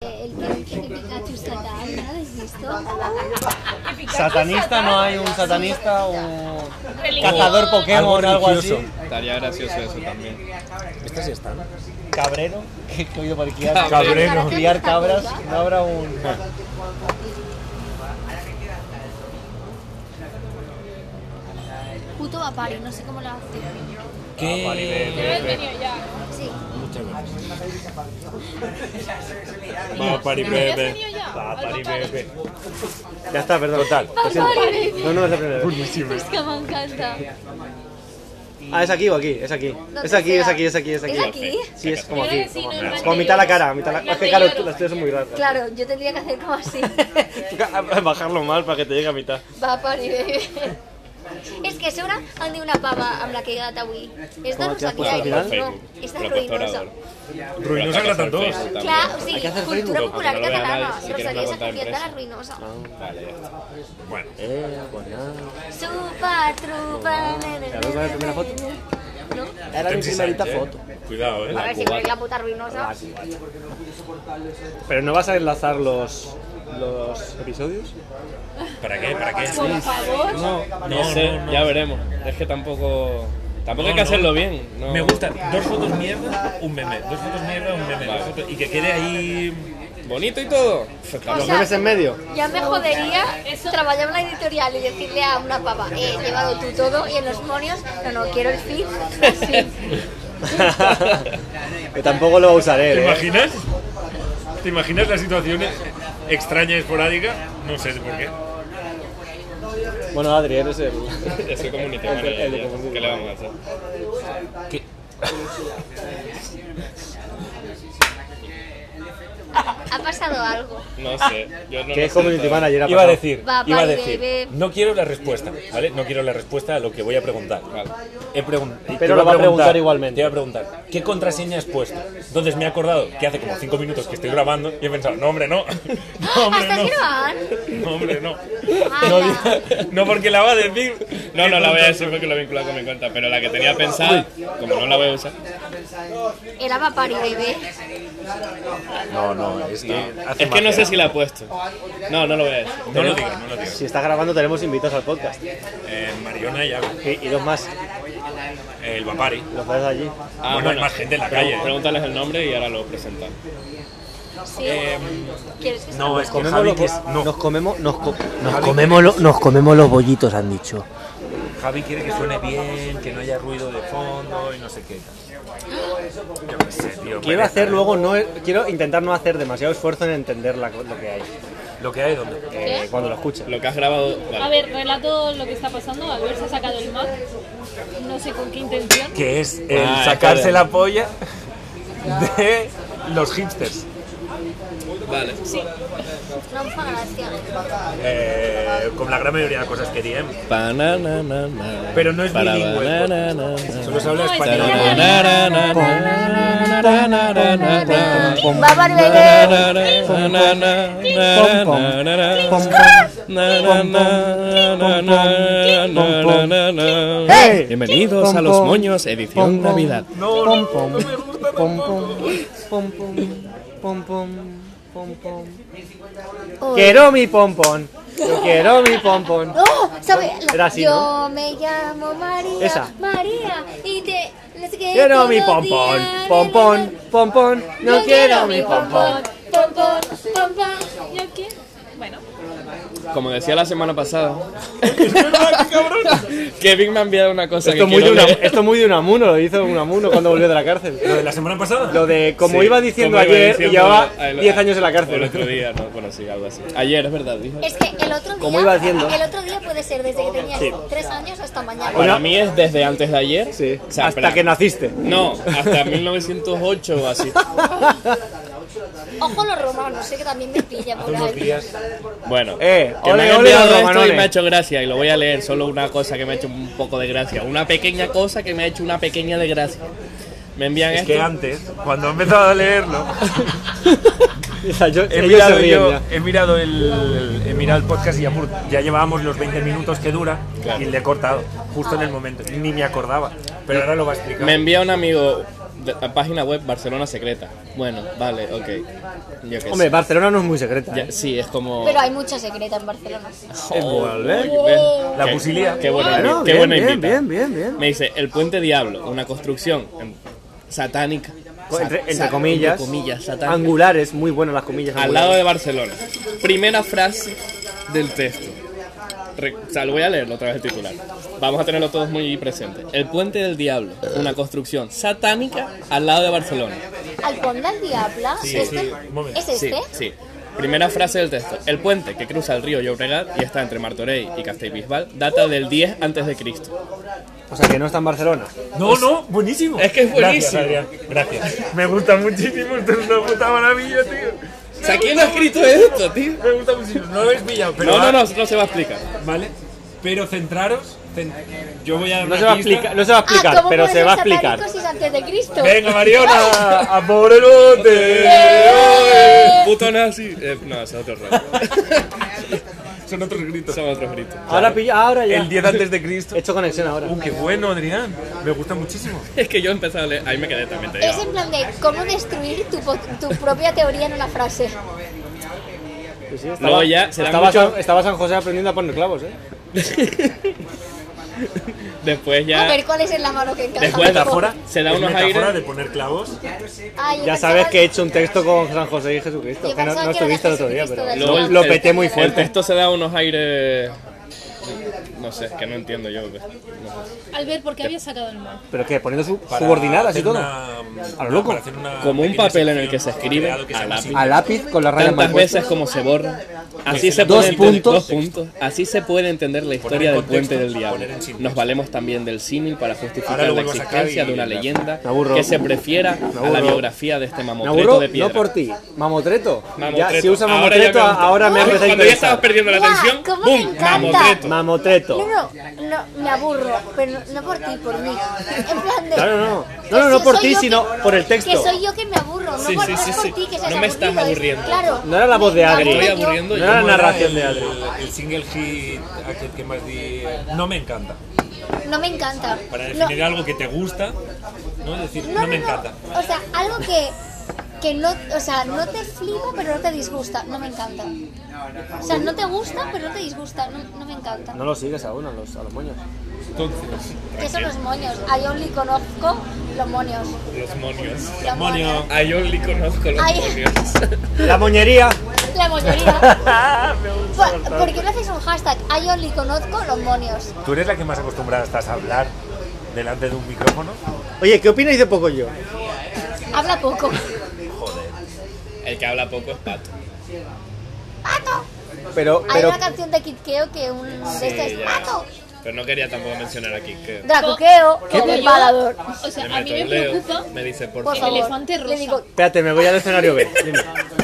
el que, que Pikachu sacaba, ¿has visto? Satanista, no hay un satanista o Religioso. cazador Pokémon o algo así. religioso. Estaría gracioso eso también. Estas sí están. Cabrero, que he cogido por criar, Cabrero. por criar cabras, no habrá un. Puto Vapario, no sé cómo lo hace. Ah, ¿Qué? Yo lo he tenido ya, ¿no? Sí. Muchas gracias. Va, pari, ¿Lo he bebe. tenido ya? Va, Algo pari, tal. bebe. Ya está, perdón. Total, lo siento. Vapario, baby. No, no es la primera vez. Buenísimo. Es que me encanta. Ah, es aquí o aquí, es aquí. Donde Es aquí, sea. es aquí, es aquí, es aquí. ¿Es aquí? Sí, es como Yo aquí. creo que sí, no, en Es plan como de mitad la lloro. cara, mitad la En plan Es que de claro, lloro. las tuyas son muy grandes. Claro, yo tendría que hacer como así. Bajarlo mal para que te llegue a mitad. Vapario, baby. És que a sobre han dit una pava amb la que he quedat avui. És de Com no que has sé què, posat al final? no, és de ruïnosa. Ruinosa que la tanto. Clar, o sigui, Hay que hacer cultura Facebook. popular Aunque no lo vea catalana. nadie, si quieres Rosalía me lo s'ha confiat de la contaré ruïnosa. Vale, ya está. Bueno, Eh, bueno. Super, trupa, nene, Ja veus la primera foto? No? Era mi primerita foto. cuidado, A eh. ver si veis la puta ruïnosa. Pero no vas a enlazar los, los episodios. ¿Para qué? ¿Para qué? Por favor. No, No sé, no, no. ya veremos. Es que tampoco. Tampoco hay No, no. que hacerlo bien. No. Me gusta. Dos fotos mierda, un meme. Dos fotos mierda, un meme. Dos fotos- Y que quede ahí. Bonito y todo. O ¿Los sea, memes en medio? Ya me jodería eso, trabajar en la editorial y decirle a una pava, eh, he llevado tú todo y en los monios, no, no, quiero el feed. Sí. que tampoco lo usaré, ¿Te ¿eh? imaginas? ¿Te imaginas la situación extraña, esporádica? No sé por qué. Bueno, Adri, eres el. Es el community El- manager, el de ya. community ¿Qué le vamos a hacer? Ha pasado algo. No sé. Yo no Que lo es sé community todavía. manager. ha Iba a pasado. decir, Va, iba a vale, decir, ve. no quiero la respuesta, ¿vale? No quiero la respuesta a lo que voy a preguntar. Vale. He pregun- te Pero iba lo va a preguntar igualmente. Te iba a preguntar, ¿qué contraseña has puesto? Entonces me he acordado que hace como cinco minutos que estoy grabando y he pensado, no, hombre, no. No, hombre, ¿Hasta no. que lo han? No, hombre, no. No, Hala. no, porque la va a decir. No, no la voy a decir porque lo he vinculado con mi cuenta, pero la que tenía pensada, como no la voy a usar, Era Vapari, bebé. No, no, es que. hace es que no magia. sé si la he puesto. No, no lo voy a decir. No lo digas, no lo digas. Si está grabando, tenemos invitados al podcast. Eh, Mariona y Iago, Y, y dos más. el Vapari. Los ves allí. Ah, bueno, hay más gente en la Pero- calle. Pregúntales el nombre y ahora lo presentan. Sí. Eh, Eh, ¿Quieres que se No, es lo que ponga? Comemos Javi, los que bo- no. Nos comemos. Nos co- Nos comemos, lo- nos comemos los bollitos, han dicho. Javi quiere que suene bien, que no haya ruido de fondo y no sé qué. Yo qué sé, tío. Quiero pereza, hacer ¿eh? luego, no, quiero intentar no hacer demasiado esfuerzo en entender la co- lo que hay Lo que hay donde. eh, cuando lo escuche. Lo que has grabado. A Vale. ver, relato lo que está pasando. Albert se ha sacado el Mac. No sé con qué intención. Que es el Ah, sacarse joder. la polla de los hipsters. Vale. No me fa gracia. Eh, como la gran mayoría de cosas que diem. Bananana. Pero no es Para bilingüe. bananana. Solo se habla No, es español. italiano. Bananana. Vapari, bebé. ¡Hey! Bienvenidos a Los Moños, edición Navidad. No, no, no me gusta tampoco. Quiero mi pompón. Yo quiero mi pompón. Oh, ¿sabe? La- Era así, Yo ¿no? me llamo María. Esa. María. Y te. No sé qué. Quiero todo mi día, na, pompón. na, na. Pompón, pompón. No Yo quiero mi pompón. Pompón, pompón. ¿Yo qué? Bueno, Como decía la semana pasada. Que Big me ha enviado una cosa Esto que muy, de quiero una, leer. esto muy de Unamuno, lo hizo Unamuno cuando volvió de la cárcel. ¿Lo de la semana pasada? Lo de como Sí, iba diciendo como iba ayer diciendo, y llevaba ah, el- 10 años en la o El cárcel. otro día, no, bueno, sí, algo así. Ayer, es verdad, dijo. Es que el otro día. Como iba haciendo. El otro día puede ser desde que tenías 3 años hasta mañana. Para Hola. mí es desde antes de ayer. Sí, O sea, hasta espera, que naciste. No, hasta 1908 o así. Ojo los romanos, sé que también me pilla por Unos ahí. días. Bueno, Eh, que ole, me han ole, enviado los esto romanones. y me ha hecho gracia y lo voy a leer. Solo una cosa que me ha hecho un poco de gracia, una pequeña cosa que me ha hecho una pequeña desgracia. Me envían Es esto. que antes, cuando he empezado a leerlo, Esa- yo- he ellos mirado, se ríen yo- ya. he mirado el, el- he mirado el podcast y ya, mur- ya llevábamos los 20 minutos que dura y le he cortado, justo en el momento. Ni me acordaba, pero ahora lo va a explicar. Me envía un amigo de la página web Barcelona Secreta. Bueno, vale, ok. Yo qué sé. Hombre, Barcelona no es muy secreta. Ya- sí, es como. Pero hay mucha secreta en Barcelona. Joder, ven. La Qué- Busilía. Qué buena, Bueno, qué bien, buena bien, invita. bien, bien, bien. Me dice, el puente Diablo, una construcción em, satánica. Co- Sa- Entre, entre sa- entre comillas, comillas, satánica. angulares, muy buenas las comillas. Al angulares. lado de Barcelona. Primera frase del texto. Re- o sea, lo voy a leerlo otra vez el titular. Vamos a tenerlo todos muy presentes. El puente del diablo, una construcción satánica al lado de Barcelona. Al Pont del Diable, ¿este? sí, un momento. ¿es Sí, este? sí. Primera frase del texto. El puente que cruza el río Llobregat y está entre Martorey y Castellbisbal data del 10 antes de Cristo. O sea, que no está en Barcelona. No, no, buenísimo. Es que es buenísimo. Gracias, Adrián. Gracias. Me gusta muchísimo, esto es una puta maravilla, tío. O sea, ¿quién ha escrito esto, tío? Me gusta muchísimo. No lo habéis pillado, pero. No, no, no, no se va a explicar. Vale. Pero centraros. cen- Yo voy a dar No una se va a pista. explicar, no se va a explicar ah, ¿cómo pero puede se ser va a explicar. satánico si es antes de Cristo? Venga, Mariona, a por el bote. Puto nazi. Eh, no, es otro rollo. Son otros gritos. Son otros gritos. Ahora pilla, ahora ya. El 10 antes de Cristo. He hecho conexión ahora. Uh, qué bueno, Adrián. Me gusta muchísimo. Es que yo empecé a leer. Ahí me quedé también, te digo. Es en plan de cómo destruir tu, po- tu propia teoría en una frase. Sí, sí, Luego ya será estaba, mucho- San, estaba San José aprendiendo a poner clavos, ¿eh? Después A ya. ver cuál es en la mano que encaja. Después mejor. Metáfora. Se da ¿Es unos metáfora aires. de poner clavos. Ay, yo Ya pensaba- sabes que he hecho un texto con San José y Jesucristo. Yo Que no, pensaba no que era de estuviste el otro día, Jesucristo pero del lo, Sol. lo el- peté muy El fuerte. texto se da unos aires. No sé, que no entiendo yo. que- no sé. Albert, ¿por qué había sacado el mar? ¿Pero qué? ¿Poniendo su, subordinadas y hacer todo? una- A lo loco. para hacer una Como un pequeña papel en sección el que se escribe creado que a sea lápiz. así. A lápiz con las rayas mal Tantas puestas. veces como se borra. Así se Dos puede entender- puntos. dos puntos. Así se puede entender la historia en del contexto, puente del poner diablo. en síntesis. Nos valemos también del símil para Ahora justificar lo la vuelvo a sacar existencia y- de una leyenda Me aburro. que se prefiera a la aburro. biografía de este Me mamotreto aburro, de piedra. no por ti. Mamotreto. Mamotreto. Ya, si usa Ahora mamotreto, ya ahora, me- me ha Cuando empezado a ya estabas interesar. perdiendo la Guau, atención, cómo me ¡boom! encanta. No, Mamotreto. Mamotreto. no, no, me aburro, pero no por ti, por mí. En plan de. Claro, no. que No, no, no si por soy ti, yo sino que- por el texto. Que soy yo que me aburro, no, Sí, por, sí, no es sí, por sí. ti que seas No me estás aburrido, es- aburriendo. claro. No era la voz de Me Adri. aburro Estoy yo. aburriendo No y era la como- narración el- de Adri. El single hit, aquel que más di. No me encanta. No me encanta. Para No. definir algo que te gusta, no es decir, no, me encanta. O sea, algo que, que no, o sea, no te flipa pero no te disgusta, no me encanta. O sea, no te gusta pero no te disgusta, no, no me encanta. No lo sigues aún a los, a los moños. Entonces, ¿Qué son los moños? I only conozco los moños. Los monios. Los moños. A yo le conozco los Ay. monios. La moñería. La mayoría. Por, ¿Por qué no haces un hashtag? I only conozco los monios. tú eres la que más acostumbrada estás a hablar delante de un micrófono. Oye, ¿qué opináis de poco yo? Habla poco. El que habla poco es pato. ¡Pato! Pero, Hay pero, una canción de Kid Keo que un de estos es ya. ¡Pato! Pero no quería tampoco mencionar aquí que. Dracuqueo, Como el yo, balador. O sea, le a mí me meto el dedo, preocupa Me dice, por, Por favor. favor. elefante Le rosa. digo, espérate, me voy al escenario B. Dime.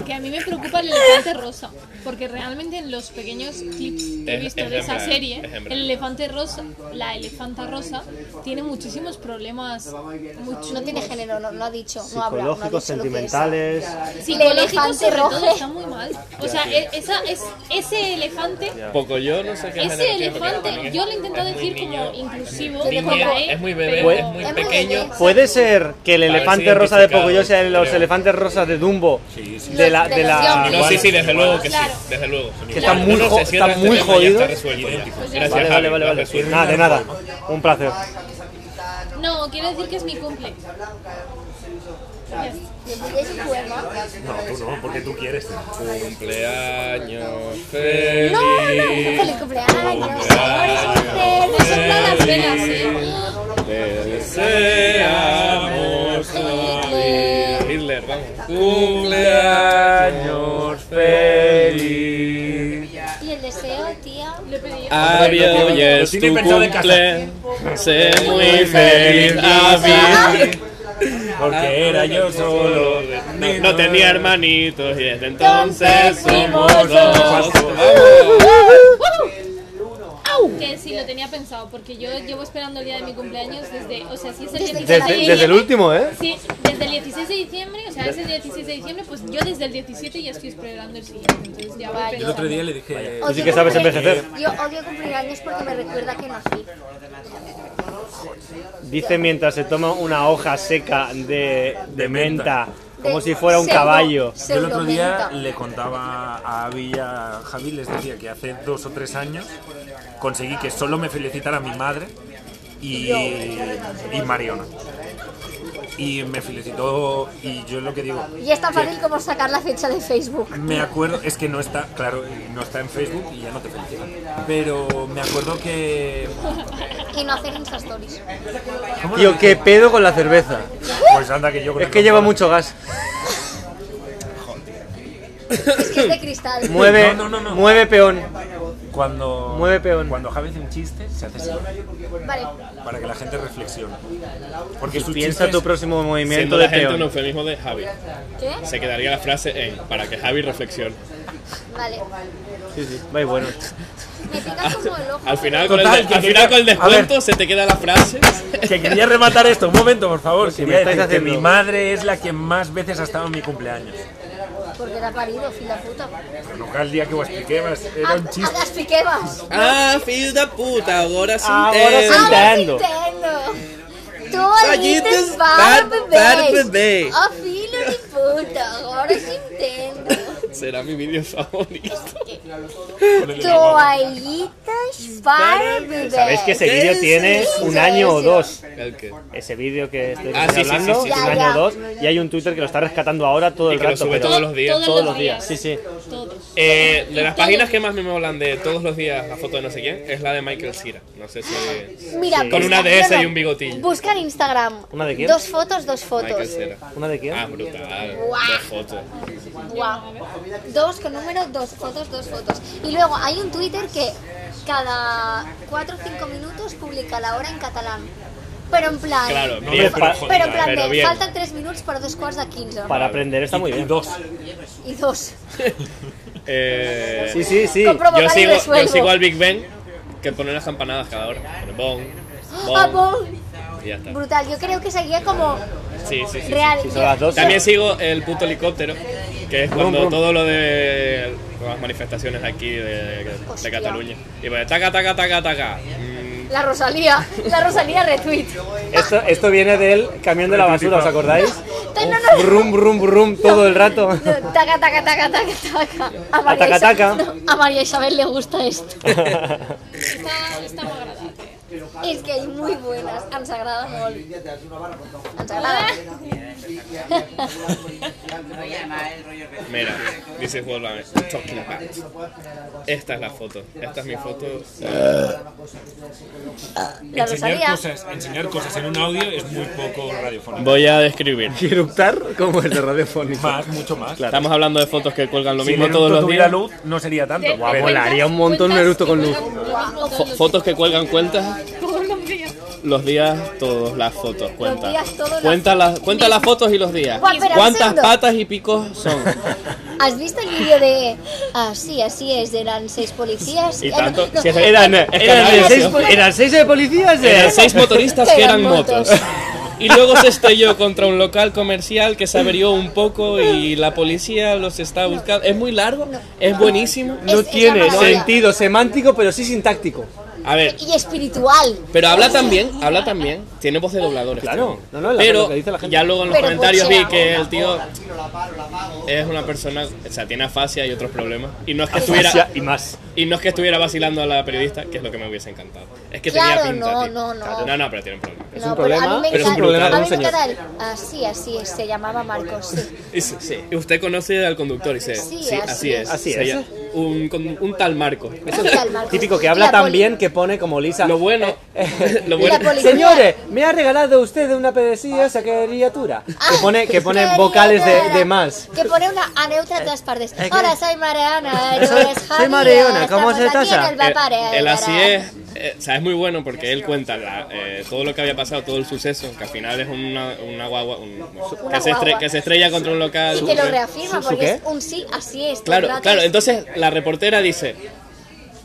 que a mí me preocupa el elefante rosa, porque realmente en los pequeños clips que he Es- visto es de esa hembra, serie, es hembra. el elefante rosa, la elefanta rosa, tiene muchísimos problemas. Mucho, no tiene género, no, no ha dicho. No habla, no ha dicho lo que Psicológicos, es. sentimentales. Psicológico elefante sobre todo rojo. está muy mal. O sea, e- esa, es, ese elefante, Poco yo, no sé qué género ese tiene, porque también elefante, es- yo lo he intentado es muy decir niño. como inclusivo. Tiene como Niñez, poco- la E, es muy bebé, pero- es muy Es muy pequeño. bebé. ¿Puede ser que el Para elefante verse rosa de Pocoyo identificado, sea de los creo. elefantes rosas de Dumbo? De la, de Los la... de No, los sí, sí, desde luego que sí. Claro. Desde luego. Que están muy Uno jo- se cierra están este muy tema y ya Está jodidos. resuelto ya. Gracias, Vale, vale, Javi, vale, lo vale. resuelvo. Nada, de nada. Un placer. No, quiero decir que es mi cumple. Yes. ¿Es un poema? No, tú no, porque tú quieres. Cumpleaños No, no, feliz. feliz cumpleaños, amores Cumpleaños ustedes. Son todas las velas, feliz. ¿eh? Te deseamos feliz. Hitler, vamos. Cumpleaños feliz. Y el deseo, tía. Le pedí Ah. Había hoy es Lo tiene tu pensado en casa. cumple. Sé muy feliz, ah, David. Porque era yo solo. No, no tenía hermanitos y desde entonces Entonces somos fuimos dos. dos. que sí, lo tenía pensado, porque yo llevo esperando el día de mi cumpleaños desde, o sea, si es el Desde 16 de que Desde, nací. diciembre, desde el último, ¿eh? sí, desde el 16 de diciembre, o sea, es el 16 de diciembre, pues yo desde el 17 ya estoy esperando el siguiente, entonces ya va Vaya. El otro día le dije. Odio sí que sabes cumplir- envejecer. Yo odio cumplir años porque me recuerda que nací. Dice mientras se toma una hoja seca de, de De menta, menta. como De si fuera un pseudo- caballo. Yo el otro día pseudomenta. le contaba a Avi y a Javi, les decía que hace dos o tres años conseguí que solo me felicitara mi madre y, y Mariona. Y me felicitó, y yo es lo que digo. Y es tan que fácil como sacar la fecha de Facebook. Me acuerdo, es que no está, claro, no está en Facebook y ya no te felicitan. Pero me acuerdo que. Y no hacer Insta Stories. ¿cómo lo Tío, dije? qué pedo con la cerveza. Pues anda que yo con Es el que lleva doctor- mucho gas. Es que es de cristal. Mueve, No, no, no, no. mueve peón. Cuando, Mueve peón. cuando Javi hace un chiste, se hace así, Vale. para que la gente reflexione. Porque sus Piensa tu chistes- próximo movimiento Siendo de la gente un peón. eufemismo de Javi. ¿Qué? Se quedaría la frase en para que Javi reflexione. Vale. Sí, sí, va y bueno. Me picas como el ojo. Al final con, Total, el, de- que al final quería- con el a ver. descuento se te queda la frase. Que quería rematar esto, un momento, por favor. si me Quería estáis decir que haciendo- mi madre es la que más veces ha estado en mi cumpleaños. Porque era parido, fila puta. Ah, Pero nunca el día que os expliqué, más- A, era un a chiste. las piquebas. Ah, fil de puta, ahora sí. Ahora te- sí. Ahora Nintendo. Nintendo. Tú Fallitos oíste bar- Barbie Barbie. A Oh, filo de puta. Ahora es Nintendo. Será mi vídeo favorito. Toallitas Barbie. Sabéis que ese vídeo tiene un año o dos. El que, Ese vídeo que estoy Ah, sí, sí, sí, hablando, sí, sí. un Ya, año ya. o dos. Y hay un Twitter que lo está rescatando ahora todo y el que lo rato. sube pero- todos los días. Todos todos los los días, sí, días. sí. Todos. Eh, de las páginas que más me molan de todos los días la foto de no sé quién es la de Michael Cera. No sé si. Mira, Sí. Con busca- una DS no, no. y un bigotillo. Busca en Instagram. ¿Una de quién? Dos fotos, dos Michael fotos. Cera. ¿Una de quién? Ah, brutal. Guau. Dos fotos. Guau. Dos con número, dos fotos, dos fotos. Y luego hay un Twitter que cada cuatro o cinco minutos publica la hora en catalán. Pero en plan. Claro, No, bien, pero pero, pa- jodida, Pero en plan, pero de, bien. faltan tres minutos para dos cuartos de 15. Para aprender está muy Y- Y bien. dos. Y dos. Eh, Sí, sí, sí. Compro yo, bocata y sigo, yo resuelvo. sigo al Big Ben que pone las campanadas cada hora. Pone bon, Ah, bon, bon. y ya está. Brutal. Yo creo que seguía como Sí, sí, sí. real. sí, son las dos. También sigo el puto helicóptero, que es cuando Brum, brum. todo lo de las manifestaciones aquí de, de Hostia. Cataluña. Y pone taca, taca, taca, taca. Mm, La Rosalía. La Rosalía retweet. Esto, esto viene del camión de la basura, ¿os acordáis? No, no, no. Brum, brum, brum, todo el rato. No, Taca, taca, taca, taca, taca. A María, Ataca, Isa- ataca. no, a María Isabel le gusta esto. Está, está muy agradable. Es que hay muy buenas. Ens agrada molt. Ens agrada. Mira, dice Juan Lames, talking about. Esta es la foto. Esta es mi foto. La Enseñar Rosalía. cosas, enseñar cosas en un audio es muy poco radiofónico. Voy a describir. Eructar como el de radiofónica. Más, mucho más. Estamos hablando de fotos que cuelgan lo Si el mismo todos eructo los tuviera días. luz, no sería tanto. De- Guau, de mola. molaría cuentas- un montón un cuentas eructo que con luz. cuelgan lo mismo todos Fo- los fotos que cuelgan cuentas días. Todos los días. los días, todos las fotos. Cuenta. días, todos las- Cuenta las, cuenta las fotos y los días. Guau, espera, un ¿Cuántas segundo. patas y picos son? ¿Has visto el vídeo de... Ah, sí, así es, eran seis policías. Y tanto. no, si es- Eran, es que eran, nadie de se seis, ofende. eran seis de policías. eh. Eran seis motoristas que eran Eran motos. motos. Y luego se estrelló contra un local comercial que se averió un poco y la policía los está buscando. Es muy largo, es buenísimo. Es- No es la tiene maravilla. sentido semántico, pero sí sintáctico. A ver, Y espiritual. pero habla también, habla también. Tiene voz de doblador. este Claro, hombre. no, no, la- lo pero que dice la gente. ya luego en los Pero pues comentarios vi boxea. que el tío es una persona, o sea, tiene afasia y otros problemas. Y no es que Asia estuviera y más. y no es que estuviera vacilando a la periodista, que es lo que me hubiese encantado. Es que Claro, tenía pinta. no, tío. no, no. No, no, pero tiene problemas. Es un problema, pero es un problema de un señor. Así, así es, se llamaba Marcos, sí. Y s- sí, usted conoce al conductor y dice, Sí, sí, así así, es. es. Así Se es. llama- Un, con- un tal Marco. Eso es- Tal Marcos. Típico que Y habla la tan poli- bien que pone como Lisa. Lo bueno, lo Y la bueno, poli- policía. Señores, me ha regalado usted una preciosa criatura. Que pone, que pone Ah, Qué vocales de, neutra. de más. Que pone una aneutra en todas partes. que- Hola, soy Mariana. tú Soy- eres soy Javier, Mariana, ¿cómo estamos se aquí tasa? en el el, Vapare, el Eh, así ¿verdad? es, eh, o sea, es muy bueno porque él cuenta la- eh, todo lo que había pasado, todo el suceso, que al final es una, una guagua, un- que, se guagua. estre- que se estrella contra un local. Y te lo Bueno. reafirma ¿Su- su porque qué? es un sí, así es. todo el Claro, rato. claro. Entonces la reportera dice,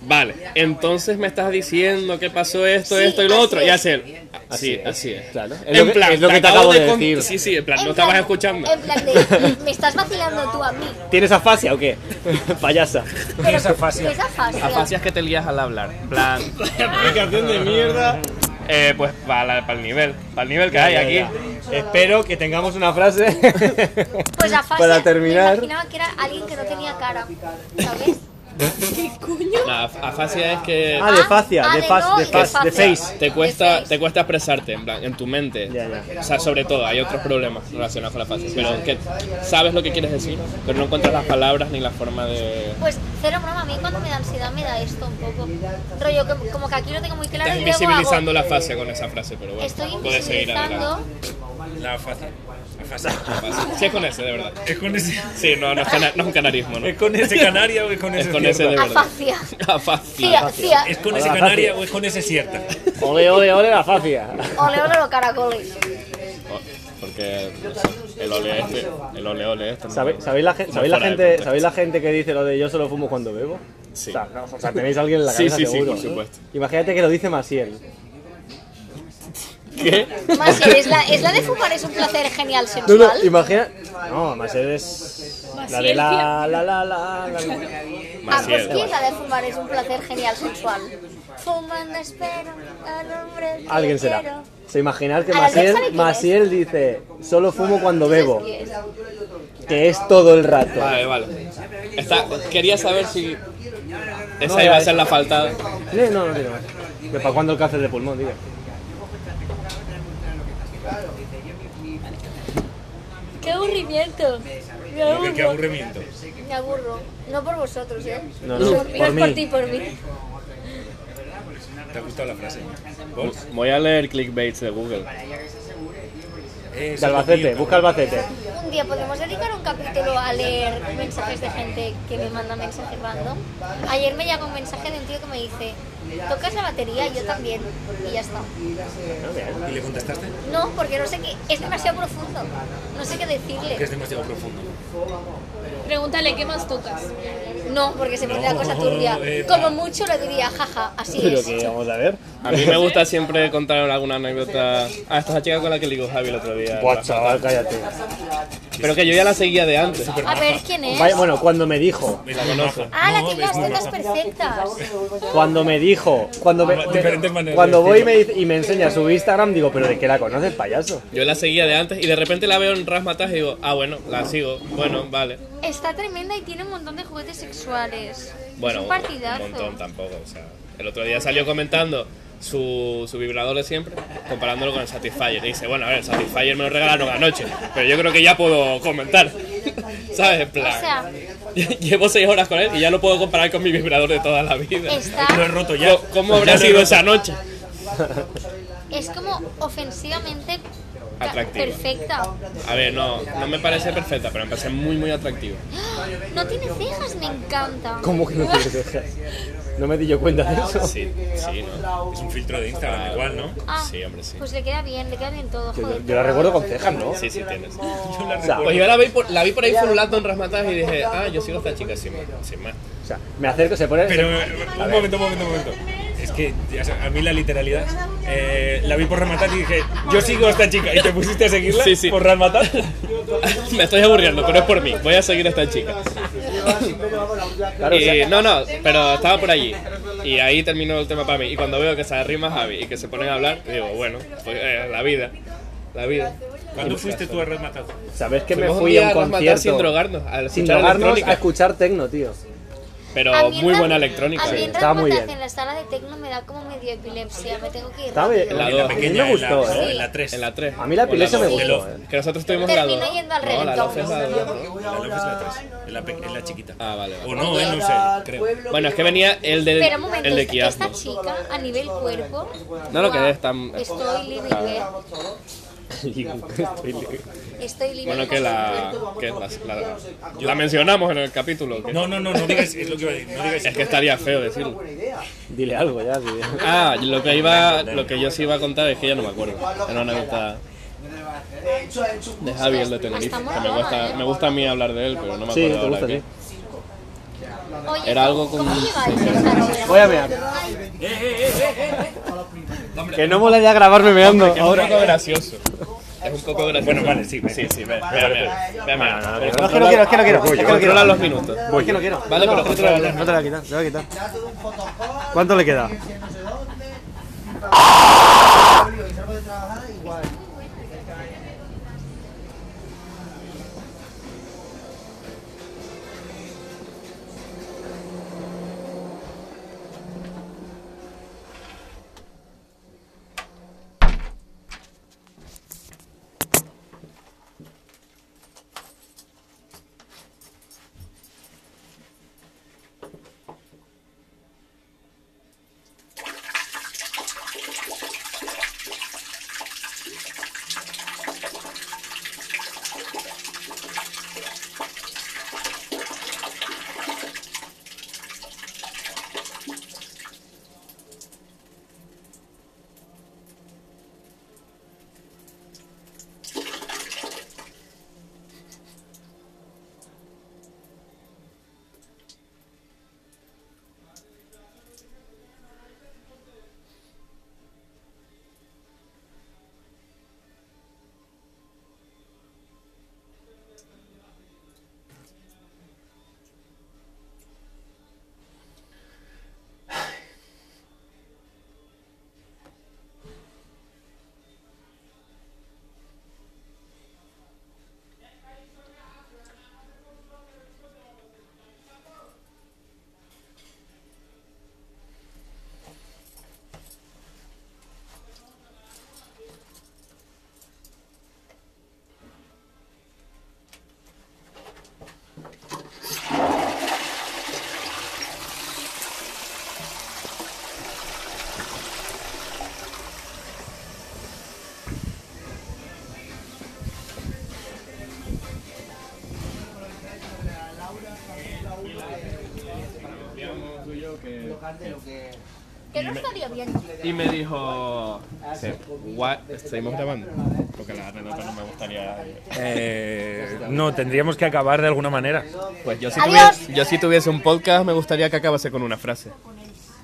vale, entonces me estás diciendo que pasó esto, Sí, esto y lo así otro. es. Y hace él, así, es, así es. Claro. Es lo que- es lo que te acabo de con- decir. Sí, sí, en plan, En no estabas plan- escuchando. En plan de, me estás vacilando tú a mí. ¿Tienes afasia o qué? Payasa. Pero esa fascia. Esa fascia. Afasias que te lías al hablar. En plan, de mierda. Eh, pues para, el nivel, para el nivel que hay aquí. Espero que tengamos una frase Pues afasia, para terminar. me imaginaba que era alguien que no tenía cara, ¿sabes? ¿Qué coño? La af- afasia es que Ah, de facia, Ah, de de faz, no, de de faz, de facia. face. te cuesta, face. te cuesta expresarte en, plan, en tu mente. Ya, ya. O sea, sobre todo, hay otros problemas relacionados con la afasia. Pero es que sabes lo que quieres decir, pero no encuentras las palabras ni la forma de. Pues cero broma, a mí cuando me da ansiedad me da esto un poco. Rollo, que- como que aquí lo tengo muy claro Estás y luego hago- invisibilizando la afasia con esa frase, pero bueno. Estoy puedes seguir invisibilizando. adelante. La fácil. La fácil. Sí, es con ese, de verdad. Es con ese, Sí, no, no es, cana- no es un canarismo, ¿no? es con ese canaria o es con Es ese con ese de cierta. verdad. Afasia. Afasia. Cia, cia. Es con ese canaria o es con ese cierta. Ole, ole, ole la facia. Ole, ole los caracoles. O- Oh, Porque no sé, el ole este, el ole ole este. no- ¿Sabe- ¿Sabéis la, gen- no ¿sabéis, la fuera de gente, contexto. ¿Sabéis la gente que dice lo de yo solo fumo cuando bebo? Sí. O, sea, no, o sea, tenéis a alguien en la Sí, cabeza sí, sí, seguro. por ¿no? supuesto. Imagínate que lo dice Maciel. ¿Qué? Más bien, es la, es la de fumar es un placer genial No, sexual. no, imagina... No, Maciel es... La de la, la, la, la, la, la. Ah, pues Maciel. sí, la de fumar es un placer genial sexual. Fumando espero al hombre que Alguien será. quiero. Se imaginar que A la Alexa Maciel, le quieres. Maciel dice, solo fumo cuando bebo, Sí, es. que es todo el rato. Vale, vale. Está, quería saber si esa No, iba a ya, ser ya. la faltada. Eh, No, no tiene más. Que para cuando el cáncer de pulmón, diga. ¡Qué aburrimiento! Me Lo que- Qué aburro. aburrimiento. Me aburro. No por vosotros, ¿eh? No, no, por, por es mí. por ti, por mí. ¿Te ha gustado la frase? Pues, Voy a leer clickbaits de Google. eh, De Albacete, busca Albacete. Un día podemos dedicar un capítulo a leer mensajes de gente que me manda mensajes random. Ayer me llegó un mensaje de un tío que me dice, ¿tocas la batería? Yo también. Y ya está. ¿Y le contestaste? No, porque no sé qué, es demasiado profundo. No sé qué Que es decirle. demasiado profundo. Pregúntale qué más tocas. No, porque se pone la cosa No, turbia. eh, Como mucho lo diría, jaja, así Pero es. que vamos a ver. A mí me gusta siempre contar alguna anécdota. Ah, esta es la chica con la que ligó Javi el otro día. Buah, chaval, cállate. Pero que yo ya la seguía de antes. A ver, ¿quién es? Vaya- bueno, cuando me dijo, Es muy maja. Ah, la No, que tiene es las muy tetas maja. perfectas. cuando me dijo, cuando Ah, me, me- diferentes maneras cuando de voy y me, dice- y me enseña su Instagram, digo, pero ¿de qué la conoces, payaso? Yo la seguía de antes y de repente la veo en Rasmatas y digo, ah, bueno, la sigo. Bueno, vale. Está tremenda y tiene un montón de juguetes sexuales. Bueno, es un un, partidazo. montón tampoco. O sea, el otro día salió comentando su, su vibrador de siempre, comparándolo con el Satisfyer. Y dice, bueno, a ver, el Satisfyer me lo regalaron anoche, pero yo creo que ya puedo comentar. ¿Sabes? En plan. O sea- Llevo seis horas con él y ya lo puedo comparar con mi vibrador de toda la vida. Está, Lo he roto ya. Co- ¿Cómo Ya habrá lo he sido roto. esa noche? es como ofensivamente ca- Atractiva. perfecta. A ver, no, no me parece perfecta, pero me parece muy, muy atractiva. ¡Ah! No tiene cejas, me encanta. ¿Cómo que no te dejas? No me di yo cuenta de eso. Sí, sí, ¿no? Es un filtro de Instagram igual, ¿no? Ah, Sí, hombre, sí. Pues le queda bien, le queda bien todo, Yo, joder. yo la recuerdo con cejas, ¿no? Sí, sí, tienes. O sea, Pues yo la vi por, la vi por ahí fululando en rasmatas y dije, ah, yo sigo a esta chica sin más. Sin más. o sea, me acerco, se pone... Pero, un momento, un momento, un momento. Es que ya sabes, a mí la literalidad eh, la vi por Ramatat y dije, yo sigo a esta chica. ¿Y te pusiste a seguirla Sí, sí. por Ramatat? Me estoy aburriendo, pero es por mí. Voy a seguir a esta chica. Claro, o sea, Y, eh, no, no, pero estaba por allí. Y ahí terminó el tema para mí. Y cuando veo que se arrima Javi y que se ponen a hablar, digo, bueno, pues, eh, la vida. La vida. ¿Cuándo fuiste tú a Ramatat? ¿Sabes que me Fuimos un fui día a un a Rasmatas concierto? sin drogarnos, al Sin escuchar drogarnos electrónica. a escuchar tecno, tío. Pero muy buena A electrónica. eh, mí sí. en sí. Estaba muy Ramataz, bien. en la sala de tecno me da como medio epilepsia, me tengo que ir. Estaba bien. La a En dos. la A mí pequeña, me en la- gustó, ¿eh? en la 3. En la tres. A mí la O en epilepsia me dos. gustó, Que eh. que nosotros estuvimos en la Terminó 2. yendo al No, la reventón. dos es la dos, ¿no? La López es la 3. En la, pe- en la chiquita. Ah, vale, vale. O no, eh, no sé, creo. Bueno, es que venía el de, Pero un momento, el de esta esta Quiasmo. chica a nivel cuerpo. No lo guau, querés tan- Estoy libre, Claro. estoy libre. Bueno, que la, que la, la- la mencionamos en el capítulo. que- No, no, no, no digas, es lo que iba a decir. No digas Es que estaría feo decirlo. Dile algo ya, tío. Ah, lo que iba, lo que yo sí iba a contar es que ya no me acuerdo. Era una anécdota de Javier de Tenerife. que me gusta, me gusta a mí hablar de él, pero no me acuerdo Sí, te ahora gusta, qué. sí. Oye, Era algo como- ¿Cómo llegáis a esa hora? Voy a Eh, mear. Que no molaría grabarme meando Es un ahora. poco gracioso. Es un poco gracioso. Bueno, vale, sí, venga. Sí, sí, ve, ve, ve, ve, ve. Pero No, es que no quiero, es que no quiero. Es que no Controla quiero. los minutos. Es que no quiero. Vale, No, pero no, controla los No te la quitas, te la quitas. ¿Cuánto le queda? Que no estaría bien. Y me dijo, "Sí, what? ¿Seguimos grabando? Porque la anécdota no me gustaría... Eh, no, tendríamos que acabar de alguna manera. Pues yo si, Adiós. tuviese, yo si tuviese un podcast me gustaría que acabase con una frase.